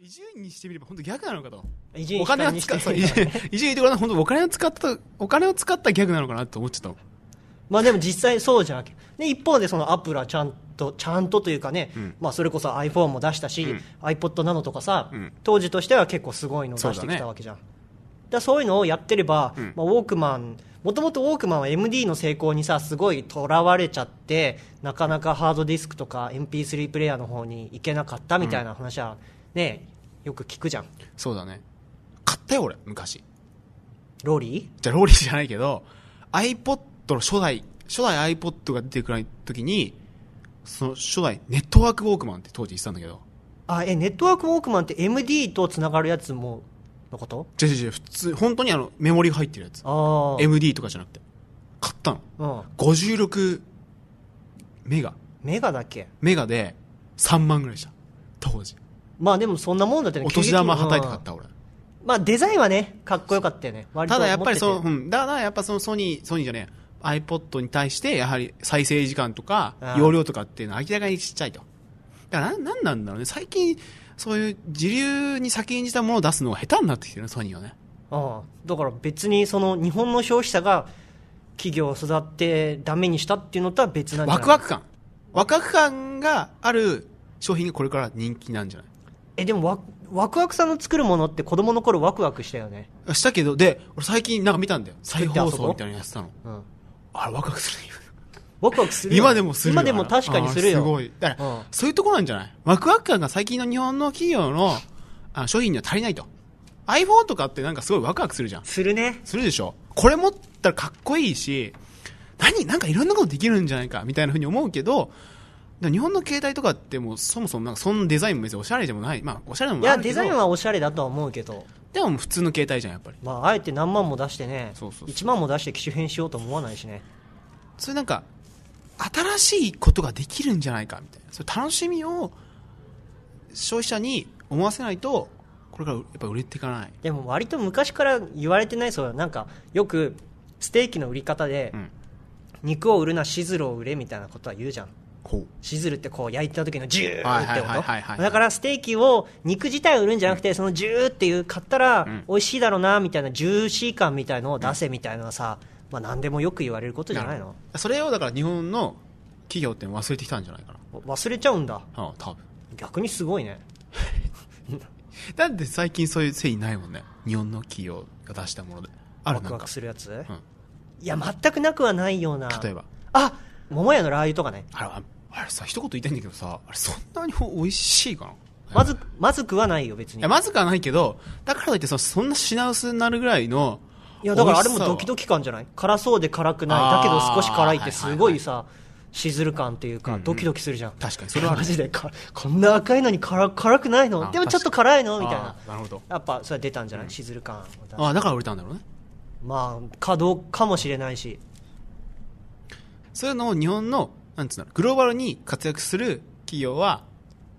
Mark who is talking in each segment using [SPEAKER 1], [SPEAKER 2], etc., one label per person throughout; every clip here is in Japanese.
[SPEAKER 1] 伊集院にしてみれば本当ギャグなのかと。
[SPEAKER 2] 伊集院
[SPEAKER 1] お金を
[SPEAKER 2] 光にし
[SPEAKER 1] 使
[SPEAKER 2] て
[SPEAKER 1] った、そう伊集院伊集院ってこれは本当お金を使った、お金を使ったギャグなのかなと思っちゃったの。
[SPEAKER 2] まあでも実際そうじゃなきゃで一方でそのアップルはちゃんとちゃんとというかね、
[SPEAKER 1] ん
[SPEAKER 2] まあ、それこそ iPhone も出したし、iPod なのとかさ、
[SPEAKER 1] うん
[SPEAKER 2] 当時としては結構すごいのを出して
[SPEAKER 1] そうだ
[SPEAKER 2] き
[SPEAKER 1] ね
[SPEAKER 2] たわけじゃんそう,、そういうのをやってれば、
[SPEAKER 1] ん
[SPEAKER 2] まあ、ウォークマンもともとウォークマンは MD の成功にさすごいとらわれちゃってなかなかハードディスクとか MP3 プレイヤーの方に行けなかったみたいな話はね、よく聞くじゃん
[SPEAKER 1] そうだね。買ったよ俺、昔。
[SPEAKER 2] ローリ
[SPEAKER 1] じゃあローリーじゃないけど、iPod の初代、初代 iPod が出てくる時に、その初代ネットワークウォークマンって当時言ってたんだけど、
[SPEAKER 2] ーあえネットワークウォークマンって MD とつながるやつものこと
[SPEAKER 1] じゃじゃじゃ普通、本当にあの、メモリが入ってるやつ。
[SPEAKER 2] ああ、
[SPEAKER 1] MD とかじゃなくて。買ったの。
[SPEAKER 2] うん
[SPEAKER 1] 56メガ。
[SPEAKER 2] メガだっけ
[SPEAKER 1] メガで3万ぐらいした。当時。
[SPEAKER 2] まあでもそんなもんだってね
[SPEAKER 1] お年玉はたいて買っ
[SPEAKER 2] うん
[SPEAKER 1] た俺。
[SPEAKER 2] まあデザインはねかっこよかったよね割と
[SPEAKER 1] ただやっぱりそ
[SPEAKER 2] 持
[SPEAKER 1] う、
[SPEAKER 2] てて
[SPEAKER 1] うん、だからやっぱそのソニー、ソニーじゃねえ、iPod に対して、やはり再生時間とか
[SPEAKER 2] あ、あ
[SPEAKER 1] 容量とかっていうのは明らかにちっちゃいと。だからなん、なんなんだろうね。最近、そういう自流に先んじたものを出すのが下手になってきてるね、ソニーはね。
[SPEAKER 2] うん、だから別にその日本の消費者が企業を育ってダメにしたっていうのとは別なんじゃ
[SPEAKER 1] ワ
[SPEAKER 2] ない
[SPEAKER 1] クワク感。ワクワク感がある商品がこれから人気なんじゃない
[SPEAKER 2] えでもワワクワクさんの作るものって子供の頃ワクワクしたよね、
[SPEAKER 1] したけど、で、俺最近なんか見たんだよ。再
[SPEAKER 2] ってあ
[SPEAKER 1] 放
[SPEAKER 2] そこ
[SPEAKER 1] 送みたいなのやってたの。
[SPEAKER 2] うん、
[SPEAKER 1] あれ、ワクワクするね
[SPEAKER 2] ワクワクするよ
[SPEAKER 1] 今でもするよ
[SPEAKER 2] 今でも確かにするよ
[SPEAKER 1] あーすごい。だから、
[SPEAKER 2] うん
[SPEAKER 1] そういうところなんじゃないワクワク感が最近の日本の企業のあ商品には足りないと。iPhone とかってなんかすごいワクワクするじゃん。
[SPEAKER 2] するね
[SPEAKER 1] するでしょこれ持ったらかっこいいし、何なんかいろんなことできるんじゃないかみたいなふうに思うけど、でも日本の携帯とかってもうそもそもなんかそのデザインも別におしゃれでもない。まあ、おしゃれでも
[SPEAKER 2] い
[SPEAKER 1] ない
[SPEAKER 2] や
[SPEAKER 1] けど。
[SPEAKER 2] デザインはおしゃれだとは思うけど
[SPEAKER 1] でも普通の携帯じゃん、やっぱり。
[SPEAKER 2] まああえて何万も出してね
[SPEAKER 1] そうそうそう
[SPEAKER 2] 1万も出して機種変しようと思わないしね
[SPEAKER 1] それなんか、新しいことができるんじゃないかみたいな。それ楽しみを消費者に思わせないと、これからやっぱ売れていかない。
[SPEAKER 2] でも割と昔から言われてないそうよなんかよくステーキの売り方で
[SPEAKER 1] うん
[SPEAKER 2] 肉を売るなしずるを売れみたいなことは言うじゃん
[SPEAKER 1] ほう。
[SPEAKER 2] しずるってこう焼いた時のジュ
[SPEAKER 1] はい
[SPEAKER 2] ーっ
[SPEAKER 1] はい
[SPEAKER 2] て
[SPEAKER 1] はいはいはい
[SPEAKER 2] 音だからステーキを肉自体を売るんじゃなくてそのジューっていう買ったら
[SPEAKER 1] ん
[SPEAKER 2] 美味しいだろうなみたいなジューシー感みたいのを出せみたいなのはさまあ何でもよく言われることじゃないの
[SPEAKER 1] それをだから日本の企業って忘れてきたんじゃないかな。
[SPEAKER 2] 忘れちゃうんだ
[SPEAKER 1] ああ、多分。
[SPEAKER 2] 逆にすごいね
[SPEAKER 1] だって最近そういう製品ないもんね。日本の企業が出したもので。あ
[SPEAKER 2] ワ
[SPEAKER 1] る
[SPEAKER 2] ク
[SPEAKER 1] なん
[SPEAKER 2] ワ
[SPEAKER 1] か
[SPEAKER 2] ク。するやつ
[SPEAKER 1] うん
[SPEAKER 2] いや全くなくはないような
[SPEAKER 1] 例えば。
[SPEAKER 2] あ桃屋のラー油とかね
[SPEAKER 1] あれ、ああれさ、一言言いたいんだけどさ、あれそんなに美味しいかな
[SPEAKER 2] まずまずくはないよ別
[SPEAKER 1] い
[SPEAKER 2] に
[SPEAKER 1] や、まずくはないけど、だからといってそそんな品薄になるぐらいの、
[SPEAKER 2] いやだからあれも
[SPEAKER 1] 美味しさは
[SPEAKER 2] ドキドキ感じゃない辛そうで辛くないだけど
[SPEAKER 1] あー
[SPEAKER 2] 少し辛いってすご
[SPEAKER 1] はいはいはい
[SPEAKER 2] いさしずる感っていう
[SPEAKER 1] うん
[SPEAKER 2] か
[SPEAKER 1] うん
[SPEAKER 2] ドキドキするじゃん、
[SPEAKER 1] 確かにそれはある
[SPEAKER 2] マジでかこんな赤いのに辛辛くない
[SPEAKER 1] あ
[SPEAKER 2] のでもちょっと辛いのみたい
[SPEAKER 1] あ
[SPEAKER 2] な
[SPEAKER 1] ーなるほど
[SPEAKER 2] やっぱそれは出たんじゃない、しずる感を出
[SPEAKER 1] ああだから売れたんだろうね
[SPEAKER 2] まあ可動かもしれないし
[SPEAKER 1] そういうのを日本のなんつうのグローバルに活躍する企業は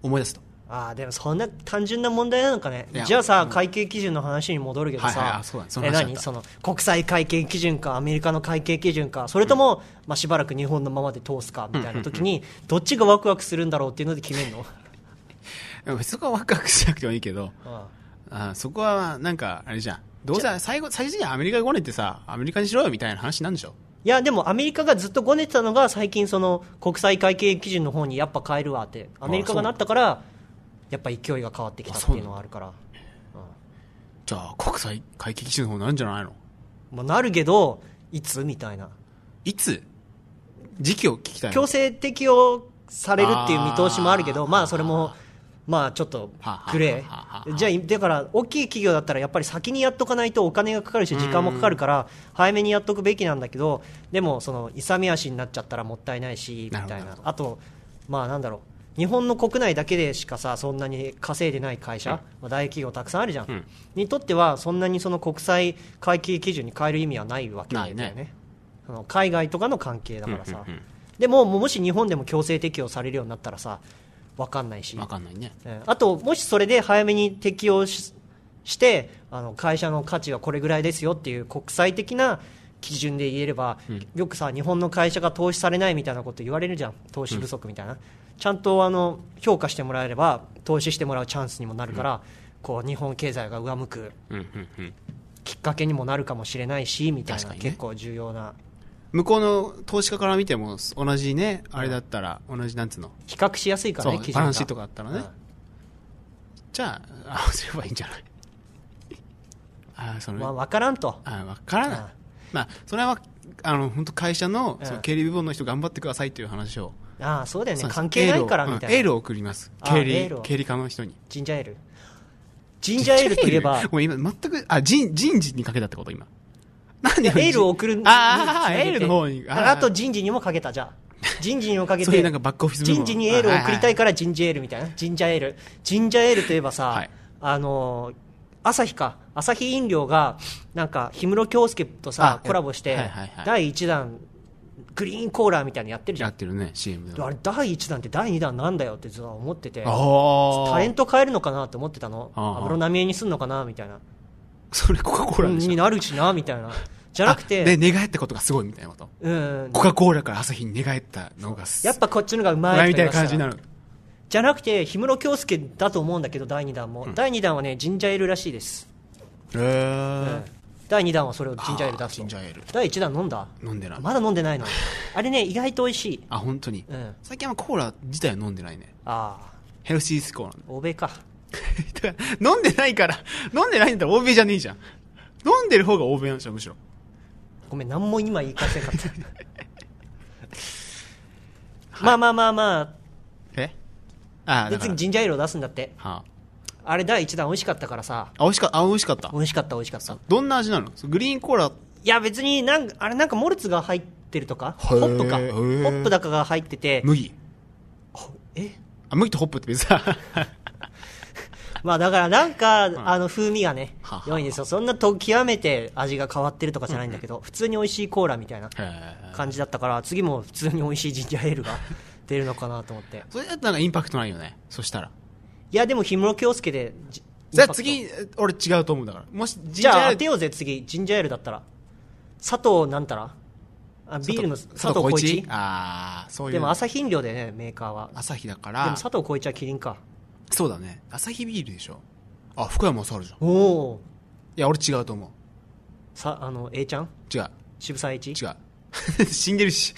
[SPEAKER 1] 思い出すと
[SPEAKER 2] ああでもそんな単純な問題なのかね
[SPEAKER 1] いや
[SPEAKER 2] じゃあさ、会計基準の話に戻るけど
[SPEAKER 1] はいはいあ
[SPEAKER 2] さ
[SPEAKER 1] そうだねその
[SPEAKER 2] え
[SPEAKER 1] 話だった
[SPEAKER 2] 何その国際会計基準かアメリカの会計基準かそれとも、まあ、しばらく日本のままで通すかみたいな時に、どっちがワクワクするんだろうっていうので決め るの、
[SPEAKER 1] でもそこはワクワクしなくてもいいけど
[SPEAKER 2] うん
[SPEAKER 1] あーそこはなんかあれじゃんどうせ最後最終的にはアメリカがごねってさアメリカにしろよみたいな話なんでしょ
[SPEAKER 2] いやでもアメリカがずっとごねてたのが最近その国際会計基準の方にやっぱ変えるわってアメリカがなったからやっぱ勢いが変わってきたっていうのはあるから
[SPEAKER 1] じゃあ国際会計基準の方なんじゃないの
[SPEAKER 2] まあなるけどいつみたいない
[SPEAKER 1] つ時期を聞きたい
[SPEAKER 2] 強
[SPEAKER 1] の
[SPEAKER 2] 制適用されるっていう見通しもあるけ
[SPEAKER 1] あ
[SPEAKER 2] ど
[SPEAKER 1] ー
[SPEAKER 2] まあそれもまあちょっとグレ
[SPEAKER 1] はあはあはあは
[SPEAKER 2] ー
[SPEAKER 1] あ
[SPEAKER 2] じゃあだから大きい企業だったらやっぱり先にやっとかないとお金がかかるし時間もかかるから早めにやっとくべきなんだけどでもその勇み足になっちゃったらもったいないしみたい
[SPEAKER 1] なるほどな
[SPEAKER 2] な
[SPEAKER 1] るほ
[SPEAKER 2] あとまあなんだろう日本の国内だけでしかさそんなに稼いでない会社、まあ大企業たくさんあるじゃん、
[SPEAKER 1] うん
[SPEAKER 2] にとってはそんなにその国際会計基準に変える意味はないわけだよ
[SPEAKER 1] ない
[SPEAKER 2] ね
[SPEAKER 1] ね
[SPEAKER 2] その海外とかの関係だからさ、
[SPEAKER 1] うんうんうん
[SPEAKER 2] でももうもし日本でも強制適用されるようになったらさ分かんないし、
[SPEAKER 1] わかんないね
[SPEAKER 2] えーあともしそれで早めに適用ししてあの会社の価値はこれぐらいですよっていう国際的な基準で言えれば、よくさ日本の会社が投資されないみたいなこと言われるじゃん投資不足みたいな、ちゃんとあの評価してもらえれば投資してもらうチャンスにもなるから、こう日本経済が上向く
[SPEAKER 1] うんうんうん
[SPEAKER 2] きっかけにもなるかもしれないしみたい
[SPEAKER 1] 確
[SPEAKER 2] な、
[SPEAKER 1] かにね
[SPEAKER 2] 結構重要な
[SPEAKER 1] 向こうの投資家から見ても同じねあれだったら同じなんつうの
[SPEAKER 2] 比較しやすいから
[SPEAKER 1] そ
[SPEAKER 2] ね
[SPEAKER 1] う
[SPEAKER 2] 基準が
[SPEAKER 1] バランスシートがあったらね
[SPEAKER 2] うん
[SPEAKER 1] じゃあ合わせればいいんじゃない ああその、
[SPEAKER 2] まあ、分からんと、
[SPEAKER 1] あ分からない、
[SPEAKER 2] うん
[SPEAKER 1] まあそれはあの本当会社の
[SPEAKER 2] うん
[SPEAKER 1] その経理部門の人頑張ってくださいっていう話を、
[SPEAKER 2] ああそうだよね
[SPEAKER 1] そうです
[SPEAKER 2] 関係ないから
[SPEAKER 1] エールを
[SPEAKER 2] みた
[SPEAKER 1] うんエー
[SPEAKER 2] いな、
[SPEAKER 1] ルを送ります
[SPEAKER 2] あ
[SPEAKER 1] 経
[SPEAKER 2] エー
[SPEAKER 1] 理
[SPEAKER 2] ルを
[SPEAKER 1] 経理課の人に
[SPEAKER 2] ジンジャーエールジンジャーエールといえば
[SPEAKER 1] もう今全くあ人人事にかけたってこと今なんで
[SPEAKER 2] いやエールを送る
[SPEAKER 1] ああ
[SPEAKER 2] につなげ
[SPEAKER 1] エ
[SPEAKER 2] て
[SPEAKER 1] ールの方に
[SPEAKER 2] ああと
[SPEAKER 1] ー
[SPEAKER 2] 人事にもかけたじゃあ人事にもかけ
[SPEAKER 1] そうい
[SPEAKER 2] て
[SPEAKER 1] うなんかバックオフィス部門
[SPEAKER 2] 人事にエールを送りたいから人事エールみたいなジンジャーエールジンジャーエールといえばさ、
[SPEAKER 1] はい
[SPEAKER 2] あのー朝日か朝日飲料がなんか氷室京介とさ
[SPEAKER 1] あ
[SPEAKER 2] コラボして
[SPEAKER 1] はいはいはい
[SPEAKER 2] 第1弾グリーンコーラみたいなのやってるじゃ
[SPEAKER 1] や
[SPEAKER 2] ん
[SPEAKER 1] ってるね CM で
[SPEAKER 2] あれ第1弾って第2弾なんだよってずっと思ってて
[SPEAKER 1] ああ
[SPEAKER 2] タレント変えるのかなって思ってたの
[SPEAKER 1] ああ
[SPEAKER 2] 安室奈美恵にすんのかなみたいな
[SPEAKER 1] それコカ・コーラでしょ
[SPEAKER 2] になるしなみたいなじゃなく
[SPEAKER 1] あで
[SPEAKER 2] て
[SPEAKER 1] 寝返ったことがすごいみたいなこと
[SPEAKER 2] うん
[SPEAKER 1] コカ・コーラから朝日に寝返ったのがす
[SPEAKER 2] やっぱこっちのがうま
[SPEAKER 1] 前
[SPEAKER 2] い
[SPEAKER 1] み
[SPEAKER 2] と
[SPEAKER 1] たいな
[SPEAKER 2] 言いました
[SPEAKER 1] 感じになる
[SPEAKER 2] じゃなくて氷室京介だと思うんだけど第2弾も、第2弾はねジンジャーエールらしいです、
[SPEAKER 1] へえ
[SPEAKER 2] 第2弾はそれをジンジャーエール出す
[SPEAKER 1] ジ
[SPEAKER 2] と
[SPEAKER 1] ンジャーエール
[SPEAKER 2] 第1弾飲んだ
[SPEAKER 1] 飲んでない
[SPEAKER 2] まだ飲んでないのあれね意外と美味しい
[SPEAKER 1] あ本当に
[SPEAKER 2] うん
[SPEAKER 1] 最近はコーラ自体は飲んでないね
[SPEAKER 2] あ
[SPEAKER 1] ヘルシースコーラ
[SPEAKER 2] あ欧米か
[SPEAKER 1] だから飲んで ないから飲んでないんだったら欧米じゃねえじゃん飲んでる方が欧米なんですよむしろ
[SPEAKER 2] ごめん何も今言い返せなかった まあまあまあま
[SPEAKER 1] えあ
[SPEAKER 2] あ
[SPEAKER 1] あ
[SPEAKER 2] で
[SPEAKER 1] だか
[SPEAKER 2] 次
[SPEAKER 1] ら
[SPEAKER 2] ジンジャーエールを出すんだって
[SPEAKER 1] は
[SPEAKER 2] あれ第1弾美味しかったからさ
[SPEAKER 1] ああ美味しかったあ美味しかった
[SPEAKER 2] 美味しかった美味しかった
[SPEAKER 1] どんな味なのそうグリーンコーラ
[SPEAKER 2] いや別になんかあれなんかモルツが入ってるとか
[SPEAKER 1] へー
[SPEAKER 2] ホップか
[SPEAKER 1] へ
[SPEAKER 2] ホ
[SPEAKER 1] ー
[SPEAKER 2] ップだかが入ってて
[SPEAKER 1] 麦
[SPEAKER 2] ほえ
[SPEAKER 1] あ麦とホップって 別だ
[SPEAKER 2] まあだからなんか、あの風味がね
[SPEAKER 1] はは、
[SPEAKER 2] 良いんですよ。そんなと極めて味が変わってるとかじゃないんだけど、普通に美味しいコーラみたいな
[SPEAKER 1] へえ
[SPEAKER 2] 感じだったから、次も普通に美味しいジンジャーエール が出るのかなと思って。
[SPEAKER 1] それだったらインパクトないよねそしたら
[SPEAKER 2] いやでも氷室京介で、じ
[SPEAKER 1] じゃあ
[SPEAKER 2] インパクト
[SPEAKER 1] 次俺違うと思うんだからもしジンジ
[SPEAKER 2] じ
[SPEAKER 1] ャー
[SPEAKER 2] ゃあ
[SPEAKER 1] エ
[SPEAKER 2] 当
[SPEAKER 1] ー
[SPEAKER 2] て
[SPEAKER 1] ル
[SPEAKER 2] ようぜ次、ジンジャーエールだったら。佐藤なんたらあビールの佐藤浩一
[SPEAKER 1] ああそういう
[SPEAKER 2] でも朝日飲料でね、メーカーは。で
[SPEAKER 1] 朝日だか
[SPEAKER 2] も
[SPEAKER 1] ら
[SPEAKER 2] 佐藤浩一はキリンか。
[SPEAKER 1] そうだね朝日ビールでしょあ福山雅治じゃんい
[SPEAKER 2] おお
[SPEAKER 1] や俺違うと思
[SPEAKER 2] ーさ、あの、A ちゃん
[SPEAKER 1] う違う
[SPEAKER 2] 渋沢栄一
[SPEAKER 1] 違う 死んでるし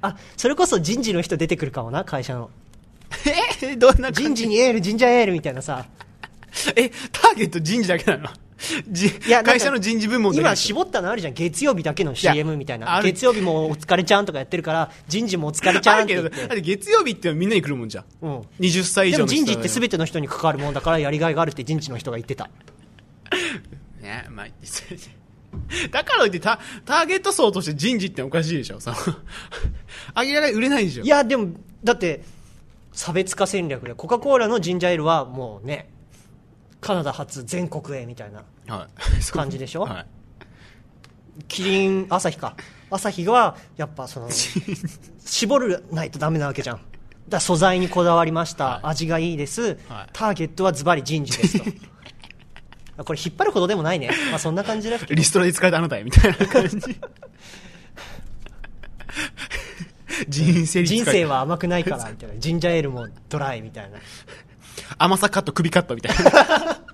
[SPEAKER 2] あ、それこそ人事の人出てくるかもな、会社 の。
[SPEAKER 1] えどんな
[SPEAKER 2] 人事にエール、ジンジャーエールみたいなさ、
[SPEAKER 1] えターゲット人事だけなのじ
[SPEAKER 2] いやなんか
[SPEAKER 1] 会社の人事部門だけ
[SPEAKER 2] 今、絞ったのあるじゃん、月曜日だけの CM みたい
[SPEAKER 1] あ
[SPEAKER 2] な、
[SPEAKER 1] る
[SPEAKER 2] 月曜日もお疲れちゃんとかやってるから、人事もお疲れ ち
[SPEAKER 1] あ
[SPEAKER 2] ゃん
[SPEAKER 1] るけ
[SPEAKER 2] って言
[SPEAKER 1] ど
[SPEAKER 2] っ、
[SPEAKER 1] だってて月曜日ってみんなに来るもんじゃん
[SPEAKER 2] うん、
[SPEAKER 1] 20歳以
[SPEAKER 2] で
[SPEAKER 1] 上
[SPEAKER 2] も
[SPEAKER 1] の人
[SPEAKER 2] 人事ってすべての人に関わるもんだから、やりがいがあるって人事の人が言ってた、
[SPEAKER 1] ねまあ、 だからといってタターゲット層として人事っておかしいでしょそのあげられ売れないでしょ
[SPEAKER 2] いや、でも、だって、差別化戦略で、コカ・コーラのジンジャーエールはもうね、カナダ初全国へみたいな、
[SPEAKER 1] はい、そう
[SPEAKER 2] 感じでしょ
[SPEAKER 1] はい、
[SPEAKER 2] キリ ン、朝日か、朝日はやっぱそ の、絞るないとダメなわけじゃん。だから素材にこだわりました、味がいいです、
[SPEAKER 1] はい
[SPEAKER 2] ターゲットはズバリ人事 ですと。これ引っ張るほどでも ないね。まあそんな感じだけど。
[SPEAKER 1] リストラで使えたあなたへみたいな感 じ人生に使え
[SPEAKER 2] 人生は甘くないから、みたいな。ジンジャーエールもドライみたいな。
[SPEAKER 1] 甘さカット首カットみたいな